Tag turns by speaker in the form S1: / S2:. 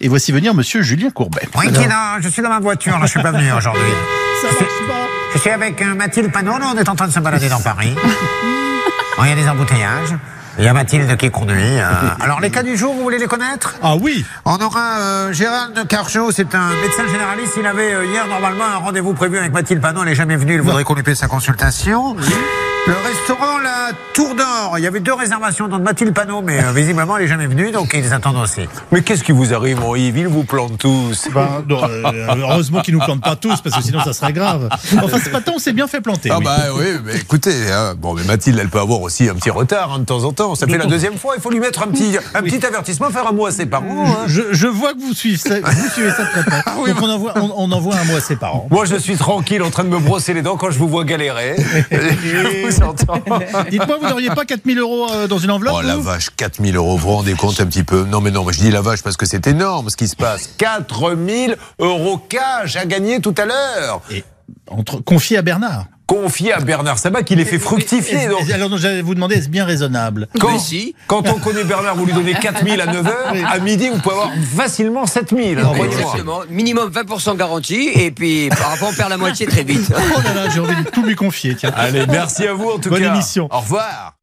S1: Et voici venir monsieur Julien Courbet.
S2: Oui, qui est dans- je suis dans ma voiture, là, je suis pas venu aujourd'hui.
S1: Ça marche pas.
S2: Je suis avec euh, Mathilde Panot, on est en train de se balader dans Paris. Bon, Il y a des embouteillages. Il y a Mathilde qui conduit. euh. Alors, les cas du jour, vous voulez les connaître
S1: Ah oui
S2: On aura euh, Gérald Carchot, c'est un médecin généraliste. Il avait euh, hier normalement un rendez-vous prévu avec Mathilde Panot. Elle n'est jamais venue, il voudrait qu'on lui paie sa consultation. Le restaurant La Tour d'Or, il y avait deux réservations dont Mathilde Panot, mais euh, visiblement elle n'est jamais venue, donc ils attendent aussi.
S3: Mais qu'est-ce qui vous arrive, mon Yves Il vous plante tous.
S1: Ben, non, euh, heureusement qu'ils nous plantent pas tous, parce que sinon ça serait grave. Enfin, ce matin, on s'est bien fait planter.
S3: Ah
S1: oui.
S3: bah oui, mais écoutez, hein, bon, mais Mathilde, elle peut avoir aussi un petit retard hein, de temps en temps. Ça fait la deuxième fois, il faut lui mettre un petit, un petit avertissement, faire un mot à ses parents. hein.
S1: je, je vois que vous suivez ça, vous suivez ça de très près.
S3: Ah oui,
S1: Donc on envoie, on, on envoie un mot à ses parents.
S3: Moi, je suis tranquille en train de me brosser les dents quand je vous vois galérer. je vous entends.
S1: Dites-moi, vous n'auriez pas 4000 euros euh, dans une enveloppe
S3: Oh la
S1: vous
S3: vache, 4000 euros, vous vous rendez compte un petit peu Non mais non, mais je dis la vache parce que c'est énorme ce qui se passe. 4000 euros cash à gagner tout à l'heure.
S1: Et entre, confié à Bernard.
S3: Confié à Bernard Sabat qui les fait fructifier. Donc.
S1: Et Alors, j'allais vous demander, est-ce bien raisonnable
S3: Quand, quand on connaît Bernard, vous lui donnez 4000 à 9h, à midi, vous pouvez avoir facilement 7000. Croyez-moi.
S4: Exactement. Minimum 20% garantie. Et puis, parfois, on perd la moitié très vite.
S1: Oh là là, j'ai envie de tout lui confier, tiens.
S3: Allez, merci à vous en tout
S1: Bonne
S3: cas.
S1: émission.
S3: Au revoir.